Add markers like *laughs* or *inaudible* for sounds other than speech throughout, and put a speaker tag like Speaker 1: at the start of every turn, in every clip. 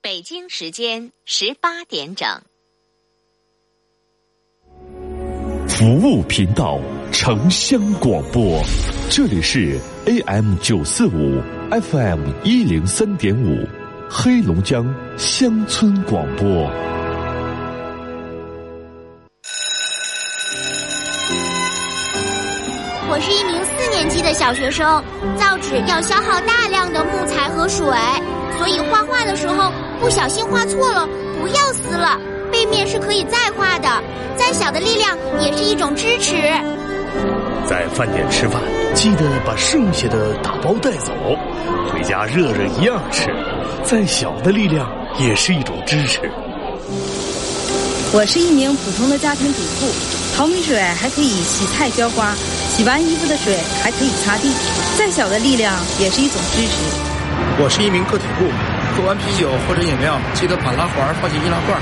Speaker 1: 北京时间十八点整。
Speaker 2: 服务频道城乡广播，这里是 AM 九四五 FM 一零三点五，黑龙江乡村广播。
Speaker 3: 我是一名四年级的小学生，造纸要消耗大量的木材和水，所以画画的时候不小心画错了，不要撕了，背面是可以再画的。再小的力量也是一种支持。
Speaker 4: 在饭店吃饭，记得把剩下的打包带走，回家热热一样吃。再小的力量也是一种支持。
Speaker 5: 我是一名普通的家庭主妇，淘米水还可以洗菜浇花，洗完衣服的水还可以擦地。再小的力量也是一种支持。
Speaker 6: 我是一名个体户，喝完啤酒或者饮料，记得把拉环放进易拉罐。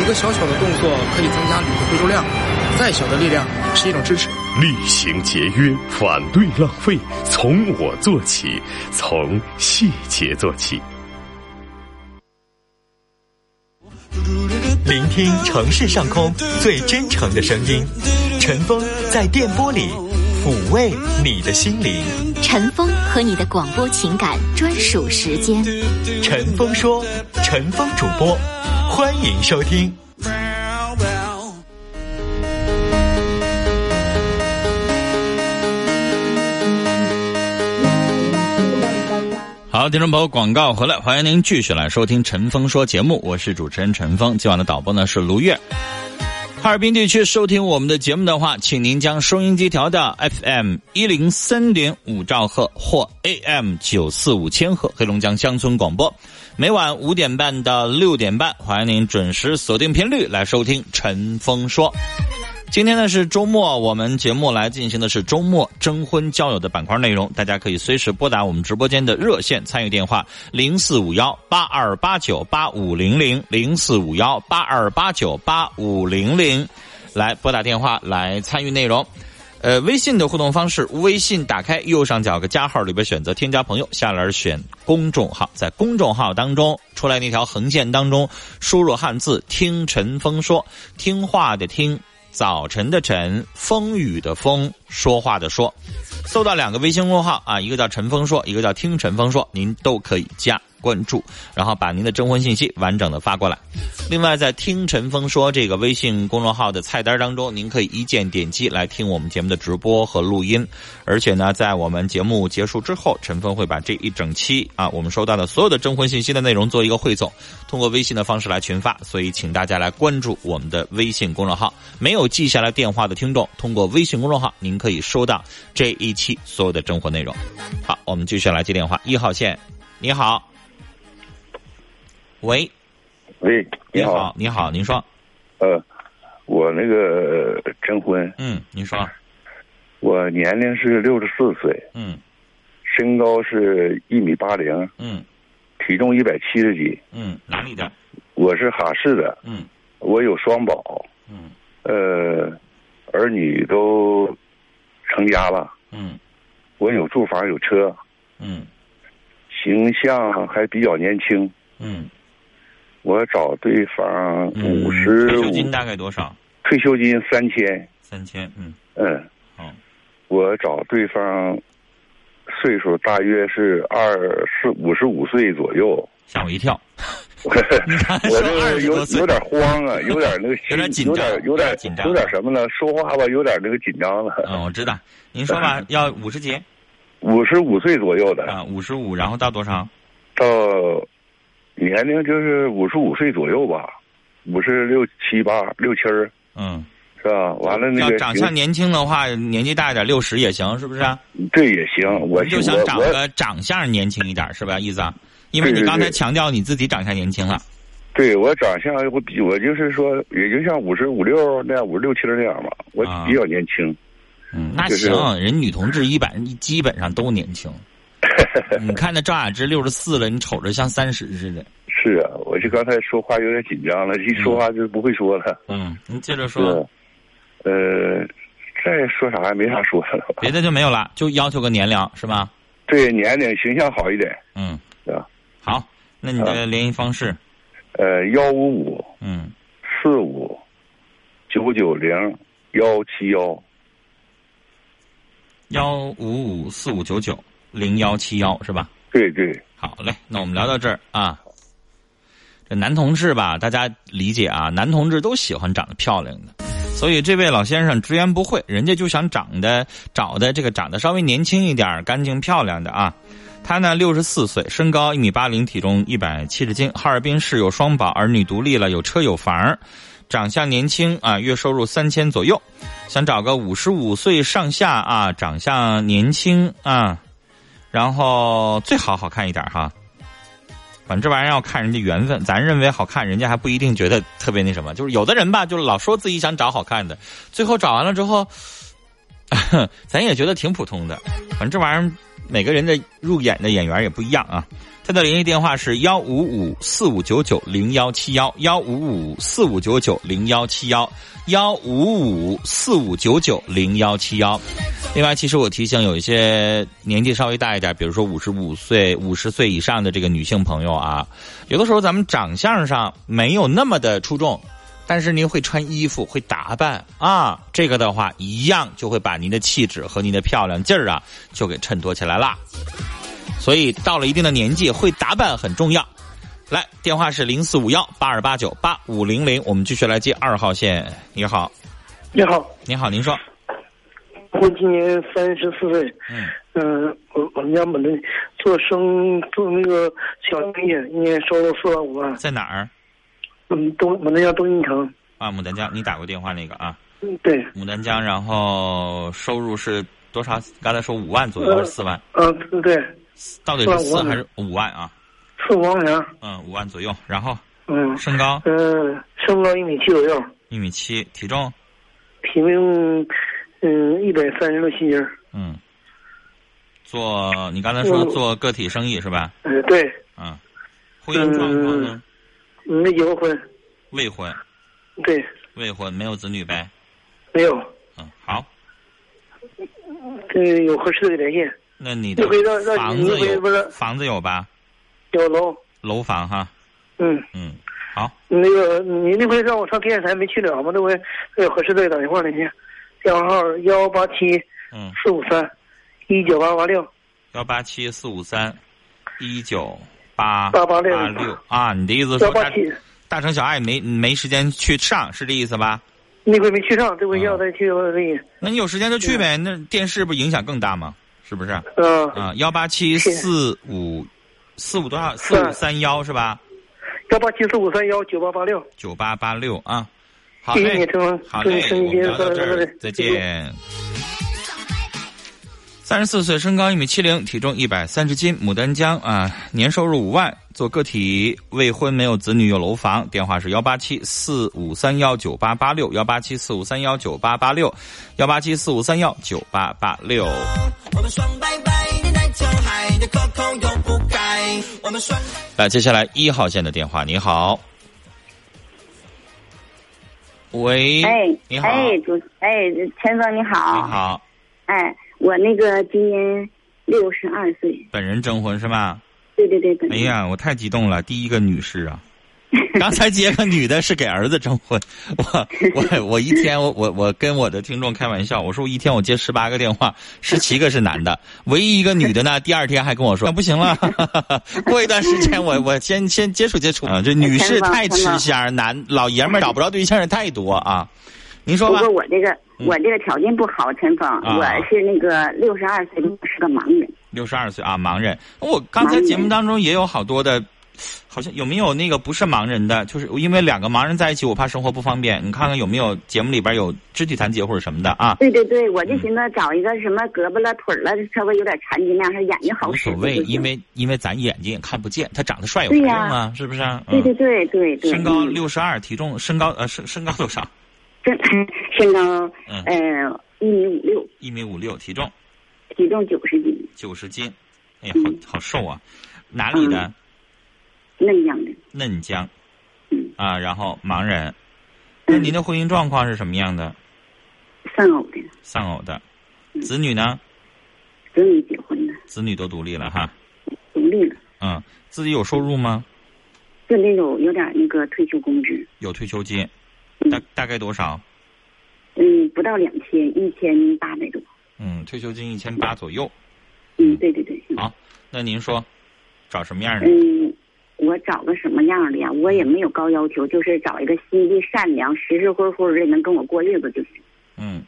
Speaker 6: 一个小小的动作可以增加铝的回收量，再小的力量是一种支持。
Speaker 4: 厉行节约，反对浪费，从我做起，从细节做起。
Speaker 7: 聆听城市上空最真诚的声音，陈峰在电波里抚慰你的心灵。
Speaker 1: 陈峰和你的广播情感专属时间，
Speaker 7: 陈峰说，陈峰主播，欢迎收听。
Speaker 8: 好，听众朋友，广告回来，欢迎您继续来收听《陈峰说》节目，我是主持人陈峰，今晚的导播呢是卢月。哈尔滨地区收听我们的节目的话，请您将收音机调到 FM 一零三点五兆赫或 AM 九四五千赫，黑龙江乡村广播，每晚五点半到六点半，欢迎您准时锁定频率来收听《陈峰说》。今天呢是周末，我们节目来进行的是周末征婚交友的板块内容，大家可以随时拨打我们直播间的热线参与电话零四五幺八二八九八五零零零四五幺八二八九八五零零，来拨打电话来参与内容。呃，微信的互动方式，微信打开右上角有个加号里边选择添加朋友，下栏选公众号，在公众号当中出来那条横线当中输入汉字“听陈峰说”，听话的听。早晨的晨，风雨的风，说话的说，搜到两个微信公众号啊，一个叫陈峰说，一个叫听陈峰说，您都可以加关注，然后把您的征婚信息完整的发过来。另外，在听陈峰说这个微信公众号的菜单当中，您可以一键点击来听我们节目的直播和录音。而且呢，在我们节目结束之后，陈峰会把这一整期啊我们收到的所有的征婚信息的内容做一个汇总，通过微信的方式来群发。所以，请大家来关注我们的微信公众号。没有记下来电话的听众，通过微信公众号，您可以收到这一期所有的征婚内容。好，我们继续来接电话。一号线，你好。喂，
Speaker 9: 喂，
Speaker 8: 你
Speaker 9: 好，
Speaker 8: 好，你好，您说，
Speaker 9: 呃，我那个呃征婚，
Speaker 8: 嗯，您说，
Speaker 9: 我年龄是六十四岁，
Speaker 8: 嗯
Speaker 9: 身高是一米八零，
Speaker 8: 嗯
Speaker 9: 体重一百七十斤，
Speaker 8: 嗯，哪里的？
Speaker 9: 我是哈市的，
Speaker 8: 嗯
Speaker 9: 我有双宝，
Speaker 8: 嗯
Speaker 9: 呃，儿女都成家了，
Speaker 8: 嗯
Speaker 9: 我有住房有车，
Speaker 8: 嗯
Speaker 9: 形象还比较年轻，
Speaker 8: 嗯
Speaker 9: 我找对方
Speaker 8: 嗯，
Speaker 9: 五十
Speaker 8: 退休
Speaker 9: 五，
Speaker 8: 金大概多少？
Speaker 9: 退休金三千，
Speaker 8: 三千，嗯，
Speaker 9: 嗯，
Speaker 8: 好，
Speaker 9: 我找对方岁数大约是二四五十五岁左右，
Speaker 8: 吓我一跳，
Speaker 9: *laughs* 我
Speaker 8: *laughs* 你看说二
Speaker 9: 这
Speaker 8: 十
Speaker 9: 有
Speaker 8: 多岁
Speaker 9: 有点
Speaker 8: *laughs*
Speaker 9: 慌啊，有点那个
Speaker 8: 有点紧
Speaker 9: 有
Speaker 8: 张
Speaker 9: 点有
Speaker 8: 有点
Speaker 9: 点
Speaker 8: 紧张
Speaker 9: 有点什么呢？说话吧，有点那个紧张了。
Speaker 8: 嗯，我知道，您说
Speaker 9: *laughs*
Speaker 8: 吧，要五十几
Speaker 9: 五十五岁左右的，
Speaker 8: 啊，五十五，然后到多少？
Speaker 9: 到年龄就是五十五岁左右吧，五十六七八六七儿
Speaker 8: 嗯，
Speaker 9: 是吧？完了那
Speaker 8: 要
Speaker 9: 个
Speaker 8: 长相年轻的话，年纪大一点，六十也行，是不是啊？
Speaker 9: 这也行，我
Speaker 8: 你就想
Speaker 9: 我
Speaker 8: 找
Speaker 9: 我
Speaker 8: 个长相年轻一点，是吧？意思啊？因为你
Speaker 9: 对对
Speaker 8: 刚才
Speaker 9: 对
Speaker 8: 强调你自己长相年轻了，
Speaker 9: 对我长相我比我就是说也就像五十五六那样五十六七那样吧，我
Speaker 8: 啊
Speaker 9: 比较年轻。
Speaker 8: 嗯，那
Speaker 9: 就是
Speaker 8: 行，人女同志一百基本上都年
Speaker 9: *laughs*
Speaker 8: 轻。你看那赵雅芝六十四了，你瞅着像三十似的。
Speaker 9: 是啊，我就刚才说话有点紧张了，一说话就不会说了。
Speaker 8: 嗯，你接着说
Speaker 9: 是，，啊呃，再说啥也没啥说的了。
Speaker 8: 别的就没有了，就要求个年龄是吧？
Speaker 9: 对年龄形象好一点，
Speaker 8: 嗯
Speaker 9: 是吧，啊
Speaker 8: 好，那你的联系方式
Speaker 9: 呃，幺五五
Speaker 8: 嗯，
Speaker 9: 四五九九零幺七幺，
Speaker 8: 幺五五四五九九零幺七幺是吧？
Speaker 9: 对对，
Speaker 8: 好嘞，那我们聊到这儿啊。这男同志吧，大家理解啊，男同志都喜欢长得漂亮的，所以这位老先生直言不讳，人家就想长得找的这个长得稍微年轻一点儿、干净漂亮的啊。他呢，六十四岁，身高一米八零，体重一百七十斤，哈尔滨市有双保，儿女独立了，有车有房儿，长相年轻啊，月收入三千左右，想找个五十五岁上下啊，长相年轻啊，然后最好好看一点哈。反正这玩意儿要看人家缘分，咱认为好看，人家还不一定觉得特别那什么。就是有的人吧，就是老说自己想找好看的，最后找完了之后， *laughs* 咱也觉得挺普通的。反正这玩意儿，每个人的入眼的演员也不一样啊。他的联系电话是幺五五四五九九零幺七幺，幺五五四五九九零幺七幺，幺五五四五九九零幺七幺。另外，其实我提醒有一些年纪稍微大一点，比如说五十五岁、五十岁以上的这个女性朋友啊，有的时候咱们长相上没有那么的出众，但是您会穿衣服、会打扮啊，这个的话一样就会把您的气质和您的漂亮劲儿啊就给衬托起来啦。所以到了一定的年纪，会打扮很重要。来，电话是零四五幺八二八九八五零零，我们继续来接二号线。你好，
Speaker 10: 你好，
Speaker 8: 你好，您说，
Speaker 10: 我今年三十四岁，
Speaker 8: 嗯
Speaker 10: 嗯、我我们家本地做生做那个小生意，一年收入四万五万，
Speaker 8: 在哪儿？
Speaker 10: 嗯，东我们家东新城，
Speaker 8: 啊，牡丹江，你打过电话那个啊？
Speaker 10: 嗯，对，
Speaker 8: 牡丹江，然后收入是多少？刚才说五万左右，还是四万？
Speaker 10: 嗯、对，
Speaker 8: 到底是
Speaker 10: 四
Speaker 8: 四
Speaker 10: 万
Speaker 8: 还是五万啊？
Speaker 10: 四五万元，
Speaker 8: 嗯，五万左右。然后
Speaker 10: 嗯
Speaker 8: 身高
Speaker 10: 嗯、身高一米七左右，
Speaker 8: 一米七，体重
Speaker 10: 体重嗯一百三十六七斤儿，
Speaker 8: 嗯，做你刚才说
Speaker 10: 我
Speaker 8: 做个体生意是吧？
Speaker 10: 嗯、对，
Speaker 8: 嗯，婚姻状况呢？
Speaker 10: 嗯没结过婚，
Speaker 8: 未婚，
Speaker 10: 对，
Speaker 8: 未婚，没有子女呗？
Speaker 10: 没有，
Speaker 8: 嗯，好，
Speaker 10: 嗯，有合适的联系，
Speaker 8: 那你的
Speaker 10: 一会让让
Speaker 8: 房
Speaker 10: 你一
Speaker 8: 子
Speaker 10: 会不
Speaker 8: 有
Speaker 10: 是
Speaker 8: 房子有吧？
Speaker 10: 有楼，
Speaker 8: 楼房哈，
Speaker 10: 嗯。
Speaker 8: 嗯，好，
Speaker 10: 那个，你那回让我上电视台没去了吗？那回那合适的打电话联系，电话号幺八七
Speaker 8: 嗯，
Speaker 10: 四五三一九八八六。
Speaker 8: 幺八七四五三一九八
Speaker 10: 886
Speaker 8: 六啊，你的意思
Speaker 10: 幺
Speaker 8: 说
Speaker 10: 八
Speaker 8: 大
Speaker 10: 七
Speaker 8: 大成小爱没没时间去上，是这意思吧？
Speaker 10: 那回没去上，这回
Speaker 8: 啊
Speaker 10: 要再去我给你。
Speaker 8: 那你有时间就去呗，那电视不影响更大吗？是不是？
Speaker 10: 嗯，
Speaker 8: 啊，幺八七四五四五多少？四五三幺是吧？
Speaker 10: 幺八七四五三幺九八八六。
Speaker 8: 九八八六啊，好
Speaker 10: 谢谢你，
Speaker 8: 嘞，
Speaker 10: 陈峰，
Speaker 8: 好
Speaker 10: 祝你
Speaker 8: 嘞，我
Speaker 10: 生
Speaker 8: 们
Speaker 10: 意
Speaker 8: 聊到这
Speaker 10: 快乐
Speaker 8: 儿，再。见。三十四岁，身高一米七零，体重一百三十斤，牡丹江啊，年收入五万，做个体，未婚，没有子女，有楼房，电话是幺八七四五三幺九八八六，幺八七四五三幺九八八六，幺八七四五三幺九八八六。
Speaker 11: 我们双拜拜，你带就嗨，你扣扣又不改。我们双
Speaker 8: 来，接下来一号线的电话，你好。喂，
Speaker 12: 哎，
Speaker 8: 你好，
Speaker 12: 哎，主，哎，陈总你
Speaker 8: 你
Speaker 12: 好，
Speaker 8: 好，
Speaker 12: 哎，我那个今年六十二岁，
Speaker 8: 本人征婚是吧？
Speaker 12: 对对对，本
Speaker 8: 哎呀，我太激动了，第一个女士啊。 *laughs* 刚才接个女的是给儿子征婚， *laughs* 我我我一天我我我跟我的听众开玩笑，我说我一天我接十八个电话，十七个是男的，唯一一个女的呢，第二天还跟我说那不 *laughs* 行了，过一段时间我我先先接触接触啊，这女士太吃香，男老爷们儿找不着对象的太多啊，您说
Speaker 12: 不
Speaker 8: 吧
Speaker 12: 过，我这个
Speaker 8: 嗯
Speaker 12: 我这个条件不好，陈总，
Speaker 8: 啊
Speaker 12: 我是那个六十二岁，我是个盲人，
Speaker 8: 六十二岁啊，盲人，我刚才节目当中也有好多的。好像有没有那个不是盲人的？就是因为两个盲人在一起，我怕生活不方便。你看看有没有节目里边有肢体残疾或者什么的啊？
Speaker 12: 对对对，我就寻
Speaker 8: 嗯
Speaker 12: 思找一个什么胳膊了腿儿了，稍微有点残疾那样，他眼睛好
Speaker 8: 无
Speaker 12: 使
Speaker 8: 所
Speaker 12: 就
Speaker 8: 谓，
Speaker 12: 行
Speaker 8: 因为因为咱眼睛也看不见，他长得帅有啥
Speaker 12: 对
Speaker 8: 用
Speaker 12: 呀
Speaker 8: 啊？是不是、啊？
Speaker 12: 对对
Speaker 8: 嗯、
Speaker 12: 对对对，
Speaker 8: 身高
Speaker 12: 嗯
Speaker 8: 六十二，体重身高呃身身高多少？
Speaker 12: *laughs* 身身高
Speaker 8: 嗯
Speaker 12: 呃一米五六，
Speaker 8: 一米五六，体重
Speaker 12: 体重九十斤
Speaker 8: 九十斤。哎呀，
Speaker 12: 嗯
Speaker 8: 好好瘦啊！哪里的？
Speaker 12: 嫩样的，
Speaker 8: 嫩江
Speaker 12: 嗯
Speaker 8: 啊，然后盲人。那您的婚姻状况是什么样的？
Speaker 12: 丧偶的，嗯
Speaker 8: 丧偶的，子女呢？
Speaker 12: 子女结婚了，
Speaker 8: 子女都独立了哈，
Speaker 12: 独立了，
Speaker 8: 嗯，自己有收入吗？
Speaker 12: 就那种有点那个退休工资，
Speaker 8: 有退休金，大大概多少？
Speaker 12: 嗯，不到两千，一千八百多。
Speaker 8: 嗯，退休金一千八左右。
Speaker 12: 嗯，对对对。
Speaker 8: 好，那您说，找什么样的？
Speaker 12: 嗯，我找个什么样的呀？我也没有高要求，就是找一个心地善良、实实惠惠的，能跟我过日子就行。
Speaker 8: 嗯，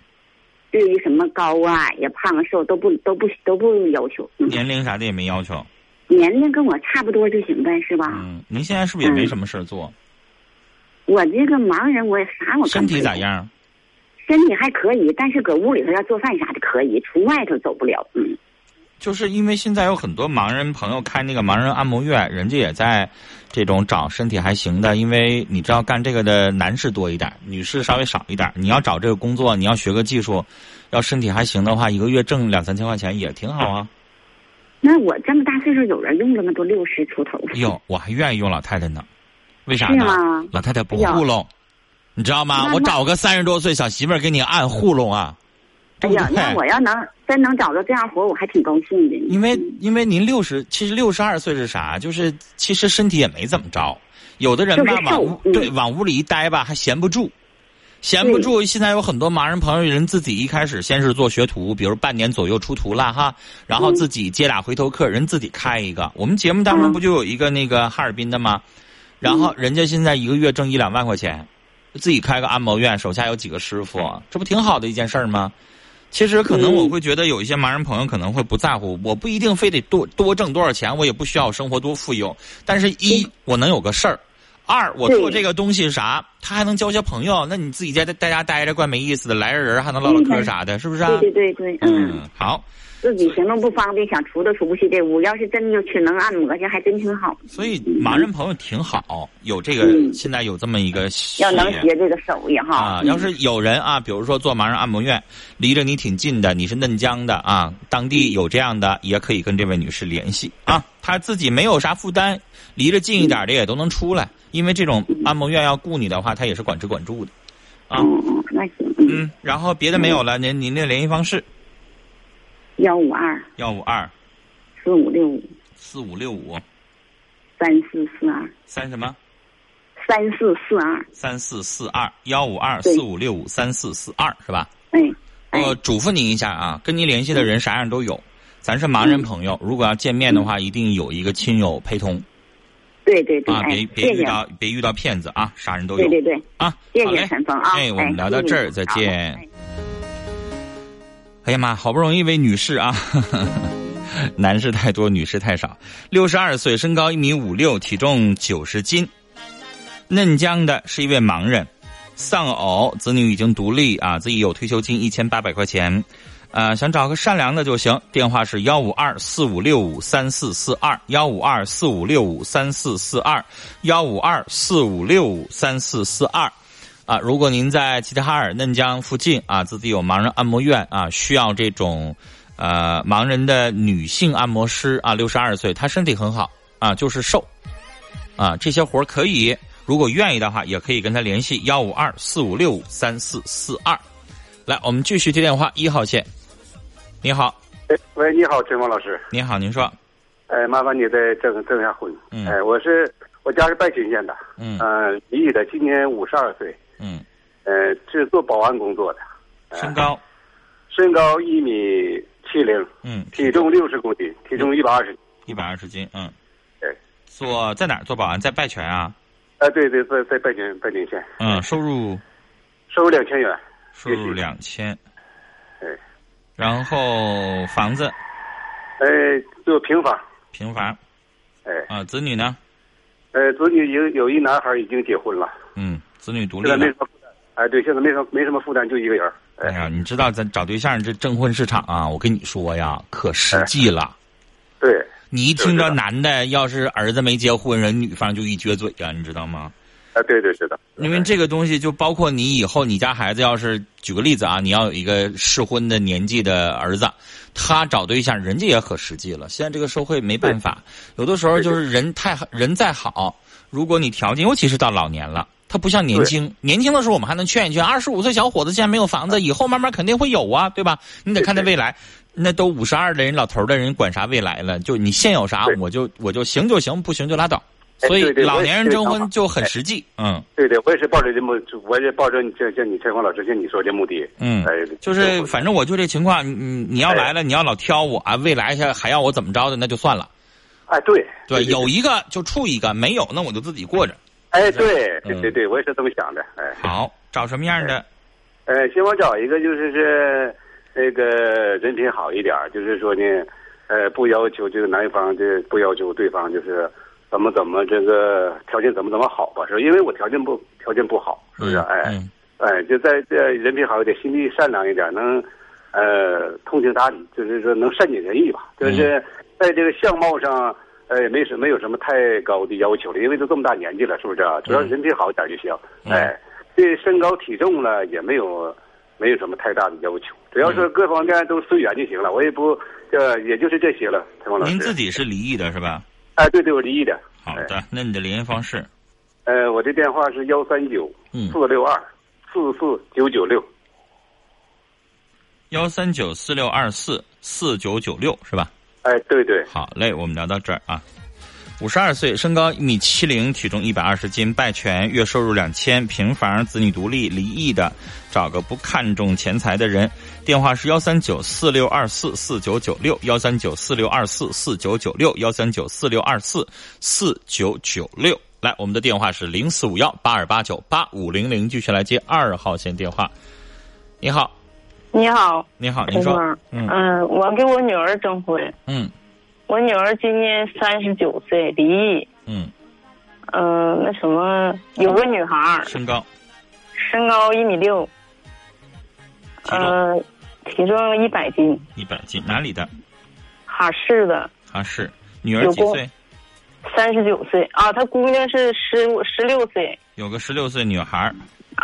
Speaker 12: 对于什么高啊、矮呀、胖啊、瘦都不都不都不要求，嗯
Speaker 8: 年龄啥的也没要求。
Speaker 12: 年龄跟我差不多就行呗，是吧？
Speaker 8: 嗯，您现在是不是也没什么事儿做？
Speaker 12: 我这个盲人，我也啥我干
Speaker 8: 身
Speaker 12: 不
Speaker 8: 体咋
Speaker 12: 了？
Speaker 8: 样？
Speaker 12: 身体还可以，但是搁屋里头要做饭啥的可以，出外头走不了。嗯，
Speaker 8: 就是因为现在有很多盲人朋友开那个盲人按摩院，人家也在这种找身体还行的，因为你知道干这个的男士多一点，女士稍微少一点。你要找这个工作，你要学个技术，要身体还行的话，一个月挣两三千块钱也挺好啊。
Speaker 12: 那我这么大岁数有人用了吗？都六十出头了。
Speaker 8: *laughs* 哟，我还愿意用老太太呢，为啥
Speaker 12: 是
Speaker 8: 呢
Speaker 12: 吗？哎
Speaker 8: 老太太不糊弄，你知道吗？
Speaker 12: 那
Speaker 8: 我
Speaker 12: 那
Speaker 8: 找个三十多岁小媳妇儿给你按糊弄啊，
Speaker 12: 哎呀，那我要能真能找到这样活儿，我还挺高兴的。
Speaker 8: 因为因为您六十，其实六十二岁是啥？就是其实身体也没怎么着，有的人吧
Speaker 12: 就是嗯
Speaker 8: 往
Speaker 12: 瘦
Speaker 8: 屋对往屋里一待吧还闲不住。闲不住，
Speaker 12: 嗯
Speaker 8: 现在有很多盲人朋友，人自己一开始先是做学徒，比如半年左右出徒了哈，
Speaker 12: 嗯
Speaker 8: 然后自己接俩回头客，人自己开一个。我们节目当中不就有一个那个哈尔滨的吗？然
Speaker 12: 嗯
Speaker 8: 后人家现在一个月挣一两万块钱，自己开个按摩院，手下有几个师傅，
Speaker 12: 嗯
Speaker 8: 这不挺好的一件事儿吗？其实可能我会觉得有一些盲人朋友可能会不在乎，我不一定非得多多挣多少钱，我也不需要生活多富有，但是一我能有个事儿，二我做这个东西是啥，他还能交些朋友，那你自己在在家待着怪没意思的，来个人还能唠唠嗑啥的，是不是啊？
Speaker 12: 对对对对，嗯，
Speaker 8: 嗯，好。
Speaker 12: 自己行动不方便，想出都出不去这屋。要是真就去能按摩去，还真挺好。
Speaker 8: 所以
Speaker 12: 嗯
Speaker 8: 盲人朋友挺好，有这个、现在有这么一个事
Speaker 12: 要能
Speaker 8: 业
Speaker 12: 学这个手艺哈。
Speaker 8: 啊，要是有人啊，比如说做盲人按摩院，离着你挺近的，你是嫩江的啊，当地有这样的，也可以跟这位女士联系啊。她自己没有啥负担，离着近一点的也都能出来，因为这种按摩院要雇你的话，她也是管吃管住的啊。
Speaker 12: 嗯，那行，
Speaker 8: 嗯，然后别的没有了，您您的联系方式
Speaker 12: 幺五二
Speaker 8: 幺五二
Speaker 12: 四五六五
Speaker 8: 四五六五
Speaker 12: 三四四二
Speaker 8: 三什么
Speaker 12: 三四四二，
Speaker 8: 三四四二幺五二四五六五三四四二是吧？
Speaker 12: 哎，
Speaker 8: 我呃嘱咐您一下啊，跟您联系的人啥样都有，咱是盲人朋友，
Speaker 12: 嗯
Speaker 8: 如果要见面的话，一定有一个亲友陪同
Speaker 12: 对对对，
Speaker 8: 啊，
Speaker 12: 哎
Speaker 8: 别，别
Speaker 12: 谢
Speaker 8: 遇
Speaker 12: 谢，
Speaker 8: 到别遇到骗子啊，啥人都有
Speaker 12: 对。对对
Speaker 8: 啊，
Speaker 12: 谢
Speaker 8: 好嘞
Speaker 12: 谢陈峰啊，
Speaker 8: 哎，我们聊到这儿，再
Speaker 12: 谢谢你。
Speaker 8: 见。哎呀妈，好不容易一位女士啊，男士太多，女士太少。六十二岁，身高一米五六，体重九十斤，嫩江的是一位盲人，丧偶，子女已经独立啊，自己有退休金一千八百块钱，呃，想找个善良的就行。电话是幺五二四五六五三四四二，幺五二四五六五三四四二，幺五二四五六五三四四二。啊，如果您在齐齐哈尔、嫩江附近啊，自己有盲人按摩院啊，需要这种呃盲人的女性按摩师啊，六十二岁，她身体很好啊，就是瘦啊，这些活儿可以，如果愿意的话，也可以跟她联系幺五二四五六五三四四二。来，我们继续接电话，一号线。你好，
Speaker 13: 哎，喂，你好，陈峰老师，
Speaker 8: 你好，您说，
Speaker 13: 哎，麻烦你再证证一下婚。
Speaker 8: 嗯
Speaker 13: 哎，我是我家是拜秦县的，
Speaker 8: 嗯
Speaker 13: 呃，李宇的，今年五十二岁，
Speaker 8: 嗯，
Speaker 13: 呃，是做保安工作的，呃
Speaker 8: 身高，
Speaker 13: 身高一米七零，
Speaker 8: 嗯，
Speaker 13: 体重六十公斤，体重一百二十，
Speaker 8: 一百二十斤，嗯，
Speaker 13: 对，
Speaker 8: 做在哪儿做保安？在拜泉啊，
Speaker 13: 哎，对对，在在拜秦拜秦县，
Speaker 8: 嗯，收入
Speaker 13: 收入两千元，
Speaker 8: 收入两千，
Speaker 13: 哎，
Speaker 8: 然后房子
Speaker 13: 哎，做平房，
Speaker 8: 平房，
Speaker 13: 哎，
Speaker 8: 啊，子女呢？
Speaker 13: 呃，子女有有一男孩已经结婚了，
Speaker 8: 嗯，子女独
Speaker 13: 现
Speaker 8: 立
Speaker 13: 在没
Speaker 8: 了
Speaker 13: 什。么负担，哎，对，现在没什么没什么负担，就一个人儿，
Speaker 8: 哎呀，你知道咱找对象这征婚市场啊，我跟你说呀，可实际了。
Speaker 13: 哎对，
Speaker 8: 你一听着男的要是儿子没结婚，人女方就一撅嘴啊呀，你知道吗？
Speaker 13: 哎，对对是的，
Speaker 8: 因为这个东西就包括你以后你家孩子要是举个例子啊，你要有一个适婚的年纪的儿子，他找对象人家也可实际了。现在这个社会没办法，有的时候就是人太好人再好，如果你条件，尤其是到老年了。他不像年轻，年轻的时候我们还能劝一劝，二十五岁小伙子现在没有房子，以后慢慢肯定会有嗯啊，对吧？你得看他未来，那都五十二的人，老头儿的人管啥未来了？就你现有啥，我就我就行就行，不行就拉倒。
Speaker 13: 哎
Speaker 8: 所以
Speaker 13: 对对
Speaker 8: 老年人征婚就很
Speaker 13: 实
Speaker 8: 际。嗯
Speaker 13: 对对，我也是抱着这目，我也抱着你像像你陈光老师像你说的目的。
Speaker 8: 嗯
Speaker 13: 哎，
Speaker 8: 就是哎反正我就这情况，你你你要来了，你要老挑我啊，未来还还要我怎么着的，那就算了。
Speaker 13: 哎，对
Speaker 8: 对，有一个就处一个，没有那我就自己过着。
Speaker 13: 哎，对对
Speaker 8: 嗯
Speaker 13: 对对，我也是这么想的。哎，
Speaker 8: 好，找什么样的？
Speaker 13: 呃，希望找一个就是是那个人品好一点儿，就是说呢，呃，不要求这个男方这不要求对方就是怎么怎么这个条件怎么怎么好吧，是吧因为我条件不条件不好，
Speaker 8: 是不是？
Speaker 13: 哎，哎，就在这人品好一点，心地善良一点，能呃通情达理，就是说能善解人意吧。
Speaker 8: 嗯
Speaker 13: 就是在这个相貌上，呃，也没什没有什么太高的要求了，因为都这么大年纪了，是不是啊、主要人品好一点就行。
Speaker 8: 嗯
Speaker 13: 哎，对身高体重呢，也没有没有什么太大的要求，只要
Speaker 8: 嗯
Speaker 13: 是各方面都随缘就行了。我也不这也就是这些了，陈光老师。
Speaker 8: 您自己是离异的是吧？
Speaker 13: 哎，对对，我离异的。
Speaker 8: 好的，
Speaker 13: 哎
Speaker 8: 那你的联系方式？
Speaker 13: 呃，我的电话是幺三九
Speaker 8: 嗯
Speaker 13: 四六二四四九九六。
Speaker 8: 幺三九四六二四四九九六是吧？
Speaker 13: 哎，对对。
Speaker 8: 好嘞，我们聊到这儿啊。五十二岁，身高一米七零，体重一百二十斤，拜权，月收入两千，平房，子女独立，离异的，找个不看重钱财的人。电话是幺三九四六二四四九九六，幺三九四六二四四九九六，幺三九四六二四四九九六。来，我们的电话是零四五幺八二八九八五零零，继续来接二号线电话。你好，
Speaker 14: 你好，
Speaker 8: 你好，您
Speaker 14: 陈
Speaker 8: 说
Speaker 14: 峰，，
Speaker 8: 嗯
Speaker 14: 嗯，我给我女儿征婚，
Speaker 8: 嗯
Speaker 14: 我女儿今年三十九岁，离异，
Speaker 8: 嗯，
Speaker 14: 嗯，那什么，有个女孩儿，
Speaker 8: 身高
Speaker 14: 身高一米六，嗯，体重一百斤，
Speaker 8: 一百斤，哪里的？
Speaker 14: 哈市的，
Speaker 8: 啊，是女儿几
Speaker 14: 有过
Speaker 8: 岁？
Speaker 14: 三十九岁啊，她姑娘是十五十六岁，
Speaker 8: 有个十六岁女孩儿，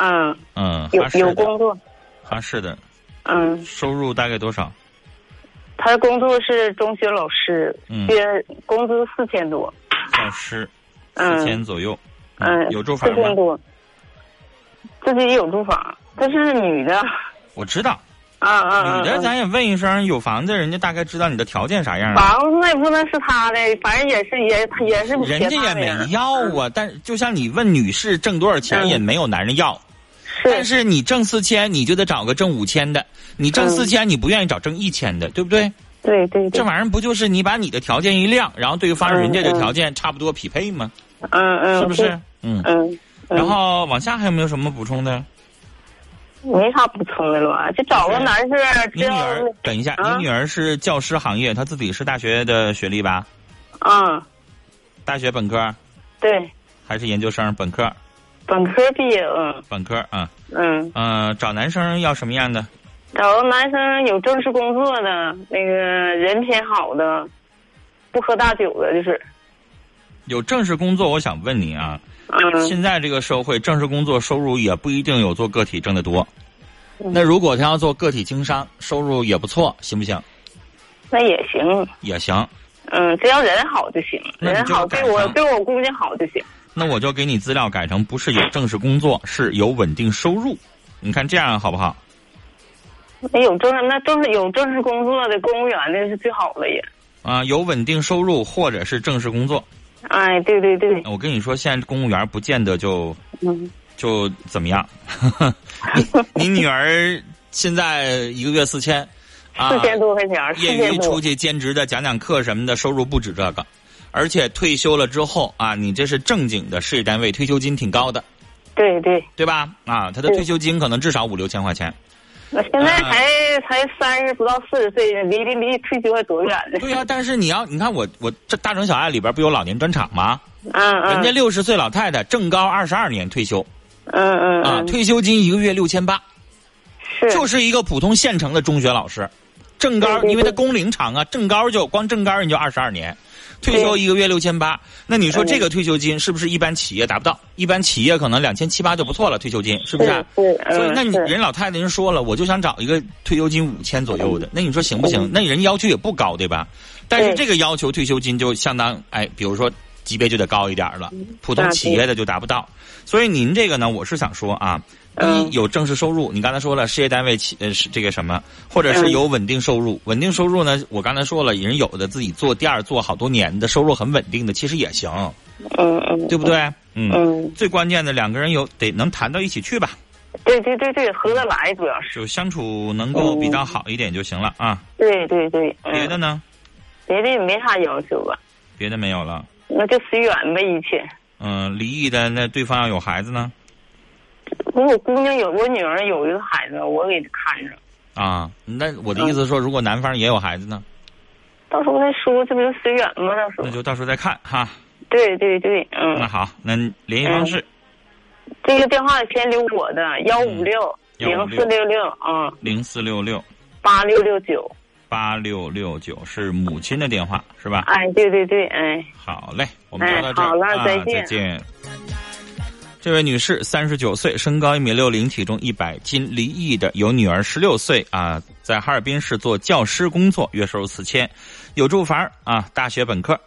Speaker 14: 嗯，
Speaker 8: 嗯，
Speaker 14: 有
Speaker 8: 哈市
Speaker 14: 有
Speaker 8: 的，
Speaker 14: 工作，
Speaker 8: 哈市的，
Speaker 14: 嗯，
Speaker 8: 收入大概多少？
Speaker 14: 她工作是中学老师，
Speaker 8: 嗯
Speaker 14: 月工资四千多，
Speaker 8: 老师，
Speaker 14: 嗯
Speaker 8: 四千左右。
Speaker 14: 嗯，
Speaker 8: 有住房
Speaker 14: 四千
Speaker 8: 吗？
Speaker 14: 多，自己有住房，她是女的。
Speaker 8: 我知道，
Speaker 14: 啊啊啊！
Speaker 8: 女的
Speaker 14: 啊
Speaker 8: 咱也问一声，有房子人家大概知道你的条件啥样啊？
Speaker 14: 房子也不能是他的，反正也是也也是
Speaker 8: 人家也没要啊，但是就像你问女士挣多少钱，
Speaker 14: 嗯
Speaker 8: 也没有男人要。但是你挣四千，你就得找个挣五千的；你挣
Speaker 14: 嗯
Speaker 8: 四千，你不愿意找挣一千的，对不对？
Speaker 14: 对对对，
Speaker 8: 这玩意儿不就是你把你的条件一亮，然后对方人家的
Speaker 14: 嗯嗯
Speaker 8: 条件差不多匹配吗？
Speaker 14: 嗯嗯，
Speaker 8: 是不是
Speaker 14: 对？
Speaker 8: 嗯
Speaker 14: 嗯。
Speaker 8: 然后往下还有没有什么补充的？
Speaker 14: 没啥补充的了吧？就找个男士，
Speaker 8: 你
Speaker 14: 只
Speaker 8: 女
Speaker 14: 要
Speaker 8: 儿，等一下，
Speaker 14: 啊
Speaker 8: 你女儿是教师行业，她自己是大学的学历吧？
Speaker 14: 嗯，
Speaker 8: 大学本科
Speaker 14: 对，
Speaker 8: 还是研究生？本科，
Speaker 14: 本科毕业，嗯
Speaker 8: 本科啊。
Speaker 14: 嗯，
Speaker 8: 呃，找男生要什么样的？
Speaker 14: 找个男生有正式工作的，那个人品好的，不喝大酒的，就是
Speaker 8: 有正式工作，我想问你啊，
Speaker 14: 嗯
Speaker 8: 现在这个社会，正式工作收入也不一定有做个体挣得多。
Speaker 14: 嗯
Speaker 8: 那如果他要做个体经商，收入也不错，行不行？
Speaker 14: 那也行，
Speaker 8: 也行。
Speaker 14: 嗯，只要人好就行，
Speaker 8: 那你
Speaker 14: 人
Speaker 8: 就
Speaker 14: 好
Speaker 8: 赶
Speaker 14: 对我
Speaker 8: 上
Speaker 14: 对我姑娘好就行，
Speaker 8: 那我就给你资料改成不是有正式工作，是有稳定收入。你看这样好不好？
Speaker 14: 那哎有正式那正式有正式工作的公务员的是最好的也，
Speaker 8: 啊、有稳定收入或者是正式工作。
Speaker 14: 哎，对对对，
Speaker 8: 我跟你说，现在公务员不见得就
Speaker 14: 嗯，
Speaker 8: 就怎么样。你你女儿现在一个月四千，啊，
Speaker 14: 四千多块钱，四
Speaker 8: 业
Speaker 14: 千
Speaker 8: 余
Speaker 14: 多
Speaker 8: 出，去兼职的讲讲课什么的，收入不止这个。而且退休了之后啊，你这是正经的事业单位，退休金挺高的，
Speaker 14: 对对，
Speaker 8: 对吧？啊，他的
Speaker 14: 对
Speaker 8: 退休金可能至少五六千块钱。啊
Speaker 14: 那现在才、才三十不到四十岁，离离离退休还多远呢？
Speaker 8: 对呀、但是你要你看我我这大城小爱里边不有老年专场吗？
Speaker 14: 嗯嗯，
Speaker 8: 人家六十岁老太太正高二十二年退休，
Speaker 14: 嗯嗯
Speaker 8: 啊，退休金一个月六千八，就是一个普通县城的中学老师，正高，因为他工龄长啊，正高就光正高人就二十二年，退休一个月六千八，那你说这个退休金是不是一般企业达不到？一般企业可能两千七八就不错了，退休金是不是啊？
Speaker 14: 对，嗯
Speaker 8: 所以，那你
Speaker 14: 是
Speaker 8: 人老太太人说了，我就想找一个退休金五千左
Speaker 14: 嗯
Speaker 8: 右的，那你说行不行？那人要求也不高，对吧？但是
Speaker 14: 对
Speaker 8: 这个要求退休金就相当，哎，比如说
Speaker 14: 嗯
Speaker 8: 级别就得高一点了，普通企业的就达不到。所以您这个呢，我是想说啊，
Speaker 14: 嗯
Speaker 8: 一有正式收入，你刚才说了，事业单位起呃是这个什么，或
Speaker 14: 嗯
Speaker 8: 者是有稳定收入。稳定收入呢，我刚才说了，人有的自己做店儿做好多年的收入很稳定的，其实也行，
Speaker 14: 嗯嗯，
Speaker 8: 对不对？嗯
Speaker 14: 嗯，
Speaker 8: 最关键的两个人有得能谈到一起去吧，
Speaker 14: 对对对对，合得来主要是。
Speaker 8: 就相处能够比较好一点就行了啊。
Speaker 14: 对对对，嗯
Speaker 8: 别的呢？
Speaker 14: 别的也没啥要求吧，
Speaker 8: 别的没有了。
Speaker 14: 那就随缘呗，一切。
Speaker 8: 嗯，离异的那对方要有孩子呢
Speaker 14: 我姑娘有，我女儿有一个孩子，我给看着。
Speaker 8: 啊，那我
Speaker 14: 嗯
Speaker 8: 的意思说，如果男方也有孩子呢，
Speaker 14: 到时候再说，这不就随缘吗？到时候。
Speaker 8: 那就到时候再看哈。
Speaker 14: 对对对，嗯，
Speaker 8: 那好，那联系方式
Speaker 14: 这个电话先留我的幺五六零四六六，嗯，
Speaker 8: 零四六六
Speaker 14: 八六六九。
Speaker 8: 八六六九是母亲的电话是吧？
Speaker 14: 哎，对对对，哎，
Speaker 8: 好嘞，我们聊到这儿，
Speaker 14: 哎好了
Speaker 8: 啊、
Speaker 14: 再见
Speaker 8: 再见。这位女士，三十九岁，身高一米六零，体重一百斤，离异的，有女儿十六岁啊，在哈尔滨市做教师工作，月收入四千，有住房啊，大学本科，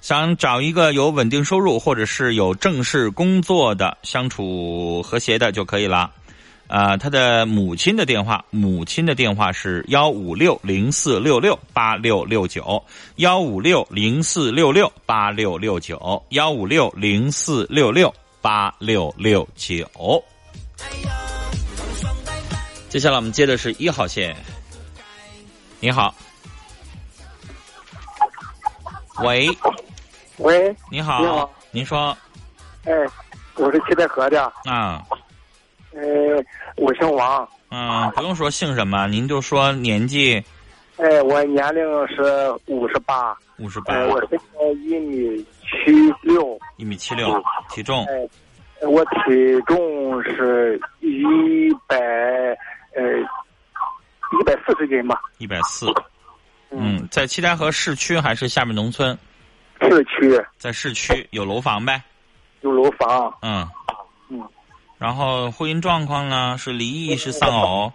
Speaker 8: 想找一个有稳定收入或者是有正式工作的，相处和谐的就可以了。啊，她的母亲的电话，母亲的电话是幺五六零四六六八六六九，幺五六零四六六八六六九，幺五六零四六六八六六九。接下来我们接的是一号线。你好，喂，
Speaker 15: 喂，
Speaker 8: 你好，
Speaker 15: 你好，
Speaker 8: 您说
Speaker 15: 哎，我是七台河的，
Speaker 8: 啊，
Speaker 15: 呃，我姓王，
Speaker 8: 嗯，不用说姓什么，您就说年纪
Speaker 15: 哎，我年龄是五十八，
Speaker 8: 五十八
Speaker 15: 哎，，我身高一米七六，
Speaker 8: 一米七
Speaker 15: 嗯
Speaker 8: 六，体重
Speaker 15: 哎，我体重是一百呃一百四十斤吧，
Speaker 8: 一百四。嗯，在七台河市区还是下面农村？
Speaker 15: 市区
Speaker 8: 在市区有楼房呗。
Speaker 15: 有楼房，
Speaker 8: 嗯
Speaker 15: 嗯。
Speaker 8: 然后婚姻状况呢？是离异，是丧偶，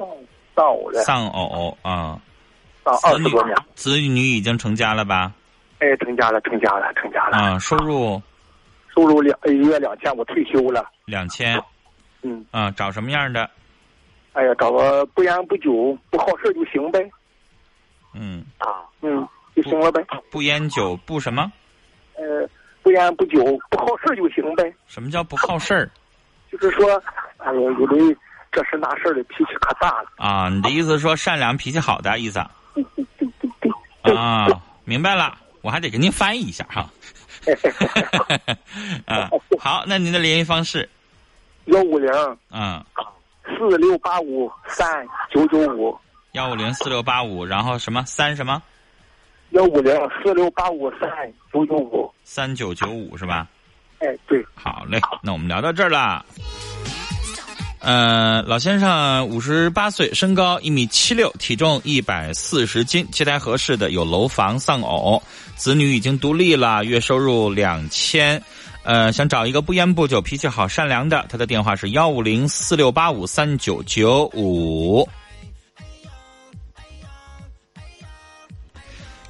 Speaker 15: 上午的，
Speaker 8: 丧偶啊。
Speaker 15: 上二十多年，
Speaker 8: 子女已经成家了吧？
Speaker 15: 哎，成家了，成家了，成家了，
Speaker 8: 啊，收入
Speaker 15: 收入两一月两千，我退休了，
Speaker 8: 两千。
Speaker 15: 嗯。
Speaker 8: 啊，找什么样的？
Speaker 15: 哎呀，找个不烟不酒不好事就行呗，
Speaker 8: 嗯，
Speaker 15: 嗯，就行了呗，
Speaker 8: 不烟酒，不什么？
Speaker 15: 呃，不烟不酒不好事就行呗。
Speaker 8: 什么叫不好事儿
Speaker 15: 就是说，哎呀，有的这事那事儿的脾气可大了。 *laughs*
Speaker 8: 啊？你的意思是说善良、脾气好的意思啊？啊，明白了，我还得给您翻译一下哈。 *laughs* 啊，好，那您的联系方式，
Speaker 15: 幺五零
Speaker 8: 嗯，
Speaker 15: 四六八五三九九五，
Speaker 8: 幺五零四六八五，然后什么三什么
Speaker 15: 幺五零四六八五三九九五。
Speaker 8: 三九九五是吧？
Speaker 15: 哎，对，
Speaker 8: 好嘞，那我们聊到这儿啦。呃，老先生五十八岁，身高一米七六，体重一百四十斤，七台河市的，有楼房、丧偶，子女已经独立了，月收入两千。呃，想找一个不烟不酒、脾气好、善良的，他的电话是幺五零四六八五三九九五。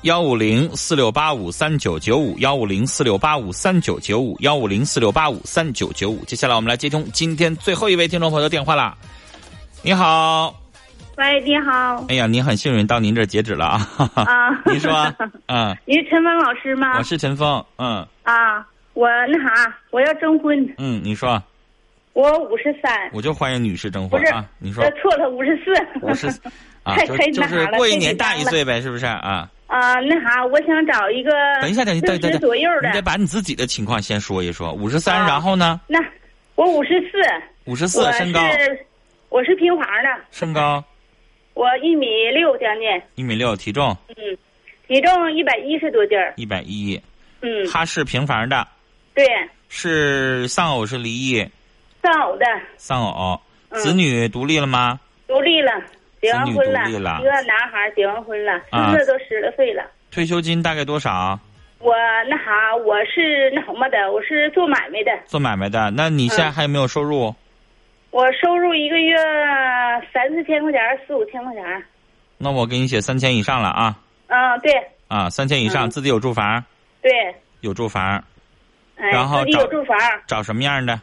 Speaker 8: 幺五零四六八五三九九五，幺五零四六八五三九九五，幺五零四六八五三九九五。接下来我们来接通今天最后一位听众朋友的电话啦。你好，
Speaker 16: 喂，你好，
Speaker 8: 哎呀，您很幸运到您这儿截止了啊。，
Speaker 16: 啊
Speaker 8: *laughs* 您
Speaker 16: *laughs*
Speaker 8: 说，嗯，
Speaker 16: 您是陈芳老师吗？
Speaker 8: 我是陈峰，嗯
Speaker 16: 啊，我那啥，我要征婚，
Speaker 8: 嗯，你说，
Speaker 16: 我五十三，
Speaker 8: 我就欢迎女士征
Speaker 16: 不
Speaker 8: 婚
Speaker 16: 是
Speaker 8: 啊。你说
Speaker 16: 呃，错了，五十四，
Speaker 8: 我是啊，
Speaker 16: 太
Speaker 8: 就
Speaker 16: 太
Speaker 8: 就
Speaker 16: 那
Speaker 8: 是
Speaker 16: 啥了
Speaker 8: 过一
Speaker 16: 太
Speaker 8: 年
Speaker 16: 紧
Speaker 8: 大
Speaker 16: 张
Speaker 8: 一
Speaker 16: 了
Speaker 8: 岁呗，是不是啊？
Speaker 16: 啊，那啥，我想找一个
Speaker 8: 等一下，等一下，等一下
Speaker 16: 四十
Speaker 8: 等
Speaker 16: 左
Speaker 8: 一
Speaker 16: 右
Speaker 8: 下，
Speaker 16: 的
Speaker 8: 你得，把你自己的情况先说一说。五十三，
Speaker 16: 啊
Speaker 8: 然后呢？
Speaker 16: 那我五十四，
Speaker 8: 五十四，身高，
Speaker 16: 我是平房的，
Speaker 8: 身高
Speaker 16: 我一米六将近，
Speaker 8: 一米六，体重
Speaker 16: 嗯，体重一百一十多斤儿，
Speaker 8: 一百一。
Speaker 16: 嗯，
Speaker 8: 他是平房的，
Speaker 16: 对，
Speaker 8: 是丧偶是离异，
Speaker 16: 丧偶的，
Speaker 8: 丧偶，
Speaker 16: 嗯
Speaker 8: 子女独立了吗？
Speaker 16: 独立了，结完婚
Speaker 8: 子女独立了
Speaker 16: 一个男孩儿结完婚了，
Speaker 8: 啊
Speaker 16: 孙子都十来岁了。
Speaker 8: 退休金大概多少？
Speaker 16: 我那啥，我是那什么的，我是做买卖的，
Speaker 8: 做买卖的，那你现在
Speaker 16: 嗯
Speaker 8: 还有没有收入？
Speaker 16: 我收入一个月三四千块钱儿，四五千块钱儿。
Speaker 8: 那我给你写三千以上了啊
Speaker 16: 嗯，对
Speaker 8: 啊，三千以上，自己有住房，
Speaker 16: 嗯对，
Speaker 8: 有住房，
Speaker 16: 哎
Speaker 8: 然，后
Speaker 16: 自己
Speaker 8: 找
Speaker 16: 有住房，
Speaker 8: 找什么样的？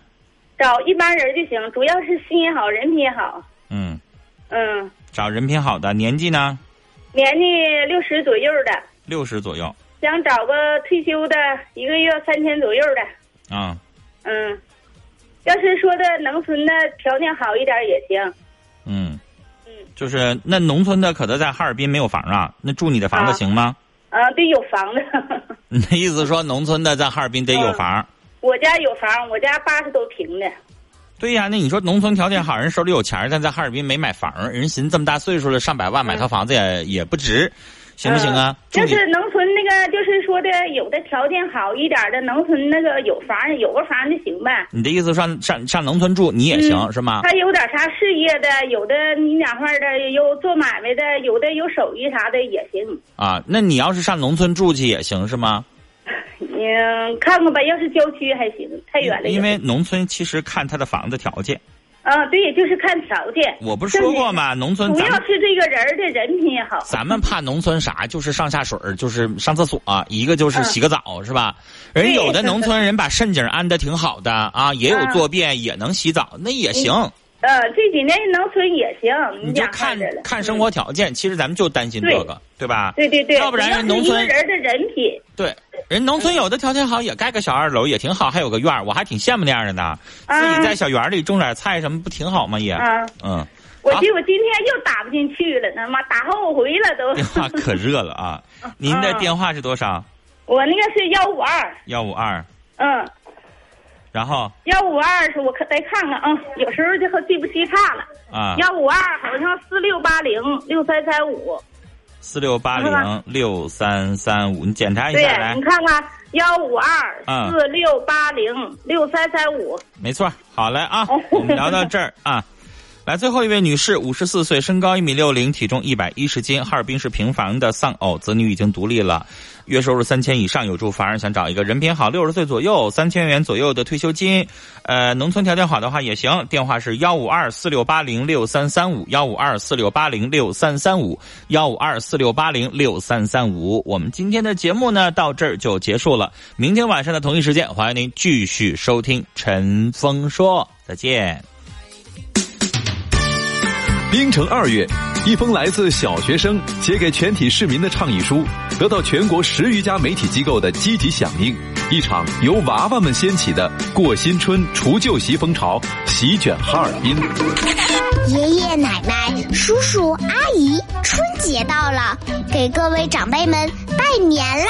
Speaker 16: 找一般人就行，主要是心也好，人品也好。
Speaker 8: 嗯，
Speaker 16: 嗯，
Speaker 8: 找人品好的，年纪呢？
Speaker 16: 年纪六十左右的，
Speaker 8: 六十左右
Speaker 16: 想找个退休的，一个月三千左右的。
Speaker 8: 啊。
Speaker 16: 嗯，要是说的农村的条件好一点也行。
Speaker 8: 嗯，就是那农村的，可能在哈尔滨没有房啊，那住你的房子行吗？ *laughs*
Speaker 16: 啊，得有房子。 *laughs*
Speaker 8: 你的意思说农村的在哈尔滨得有
Speaker 16: 嗯
Speaker 8: 房？
Speaker 16: 我家有房，我家八十多平的。
Speaker 8: 对呀、那你说农村条件好，人手里有钱儿，但在哈尔滨没买房儿，人寻思这么大岁数了，上百万买套房子也、也不值，行不行啊？
Speaker 16: 嗯就
Speaker 8: 住你
Speaker 16: 是农村那个，就是说的，有的条件好一点的，农村那个有房，有个房就行呗。
Speaker 8: 你的意思上上上农村住你也行、
Speaker 16: 嗯
Speaker 8: 是吗
Speaker 16: 他？有点啥事业的，有的你两块的，有做买卖的，有的有手艺啥的也行。
Speaker 8: 啊，那你要是上农村住去也行是吗？
Speaker 16: 嗯，看看吧，要是郊区还行，太远了也。
Speaker 8: 因为农村其实看他的房子条件，
Speaker 16: 啊，对，就是看条件。
Speaker 8: 我不是说过吗？农村
Speaker 16: 主
Speaker 8: 咱
Speaker 16: 要
Speaker 8: 们
Speaker 16: 是这个人儿的人品也好。
Speaker 8: 咱们怕农村啥，就是上下水儿，就是上厕所、一个就是
Speaker 16: 嗯
Speaker 8: 洗个澡，是吧？人
Speaker 16: 对
Speaker 8: 有的农村人把瘆井安的挺好的啊，也有
Speaker 16: 嗯
Speaker 8: 坐便，也能洗澡，那也行。
Speaker 16: 呃，这几年农村也行，
Speaker 8: 你就
Speaker 16: 俩
Speaker 8: 看
Speaker 16: 着了。嗯
Speaker 8: 看生活条件，其实咱们就担心这个，对吧？
Speaker 16: 对对对，
Speaker 8: 要不然人
Speaker 16: 主
Speaker 8: 农
Speaker 16: 是一个
Speaker 8: 村
Speaker 16: 人的人品。
Speaker 8: 对人农村有的条件好，也盖个小二楼也挺好，还有个院儿，我还挺羡慕那样的呢。自己在小园里种点菜什么，不挺好吗？也
Speaker 16: 啊，
Speaker 8: 嗯，
Speaker 16: 我
Speaker 8: 好
Speaker 16: 记我今天又打不进去了，他妈打后悔了都。
Speaker 8: *laughs*
Speaker 16: 嗯
Speaker 8: 电话可热了
Speaker 16: *laughs*
Speaker 8: 啊！您的电话是多少？
Speaker 16: 我那个是幺五二，
Speaker 8: 幺五二，
Speaker 16: 嗯，
Speaker 8: 然后
Speaker 16: 幺五二是我看再看看啊、嗯有时候就和记不记差了。
Speaker 8: 啊，
Speaker 16: 幺五二好像四六八零六三三五，
Speaker 8: 四六八零六三三五，你检查一
Speaker 16: 对
Speaker 8: 下来
Speaker 16: 你，看看幺五二
Speaker 8: 嗯
Speaker 16: 四六八零六三三五，哦
Speaker 8: 没错，好嘞啊，我们聊到这儿啊。 *laughs* 来，最后一位女士，五十四岁，身高一米六零，体重一百一十斤，哈尔滨市平房的丧偶，子女已经独立了，月收入三千以上有住房，想找一个人品好，六十岁左右，三千元左右的退休金，呃，农村条件好的话也行。电话是幺五二四六八零六三三五，幺五二四六八零六三三五，幺五二四六八零六三三五。我们今天的节目呢到这儿就结束了，明天晚上的同一时间，欢迎您继续收听《陈峰说》，再见。
Speaker 2: 冰城二月，一封来自小学生写给全体市民的倡议书，得到全国十余家媒体机构的积极响应。一场由娃娃们掀起的过新春、除旧习风潮席卷哈尔滨。
Speaker 17: 爷爷奶奶、叔叔阿姨，春节到了，给各位长辈们拜年啦！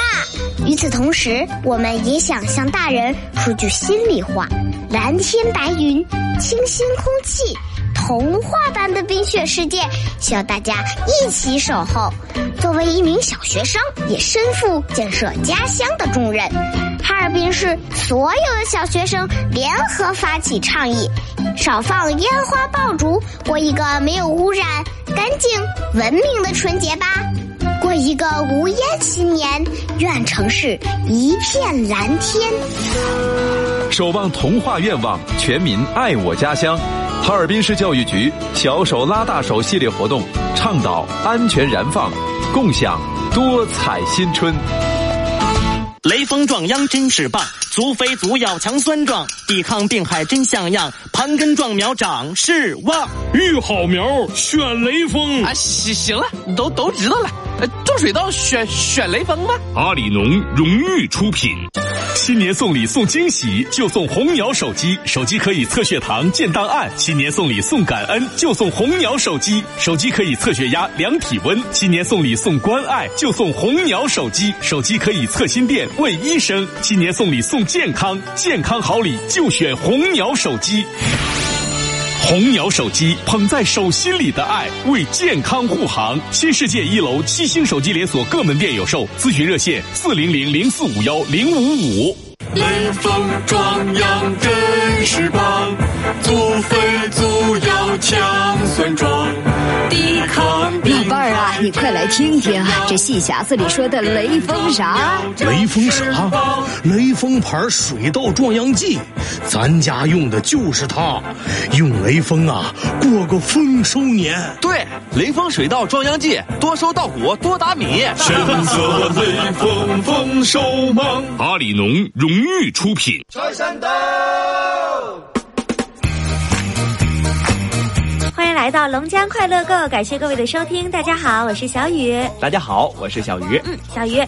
Speaker 17: 与此同时，我们也想向大人说句心里话：蓝天白云，清新空气，童话般的冰雪世界，需要大家一起守候。作为一名小学生，也身负建设家乡的重任。哈尔滨市所有的小学生联合发起倡议，少放烟花爆竹，过一个没有污染、干净、文明的春节吧，过一个无烟新年。愿城市一片蓝天。
Speaker 2: 守望童话愿望，全民爱我家乡。哈尔滨市教育局“小手拉大手”系列活动，倡导安全燃放，共享多彩新春。
Speaker 18: 雷锋壮秧真是棒，足肥足要强酸壮，抵抗病害真像样，盘根壮苗长势旺。育好苗选雷锋
Speaker 19: 啊，行行了，都都知道了。呃，种水稻选选雷锋吧。
Speaker 20: 阿里农荣誉出品。新年送礼送惊喜，就送红鸟手机，手机可以测血糖、建档案；新年送礼送感恩，就送红鸟手机，手机可以测血压、量体温；新年送礼送关爱，就送红鸟手机，手机可以测心电、问医生；新年送礼送健康，健康好礼就选红鸟手机。红鸟手机捧在手心里的爱，为健康护航。新世界一楼七星手机连锁各门店有售，咨询热线四零零零四五幺零五五。
Speaker 21: 雷锋壮阳真是棒，足肥足要强酸壮，抵抗病
Speaker 22: 老伴儿啊，你快来听听这戏匣子里说的雷锋啥？
Speaker 23: 雷锋啥？雷锋牌水稻壮阳剂，咱家用的就是它。用雷锋啊，过个丰收年。
Speaker 19: 对，雷锋水稻壮阳剂，多收稻谷，多打米。
Speaker 20: 深色雷锋丰收忙，阿里农荣誉出品。
Speaker 24: 财神到，
Speaker 3: 来到龙江快乐购，感谢各位的收听。大家好，我是小雨。
Speaker 19: *laughs*
Speaker 20: 大家好，我是小鱼。
Speaker 3: 嗯，小鱼。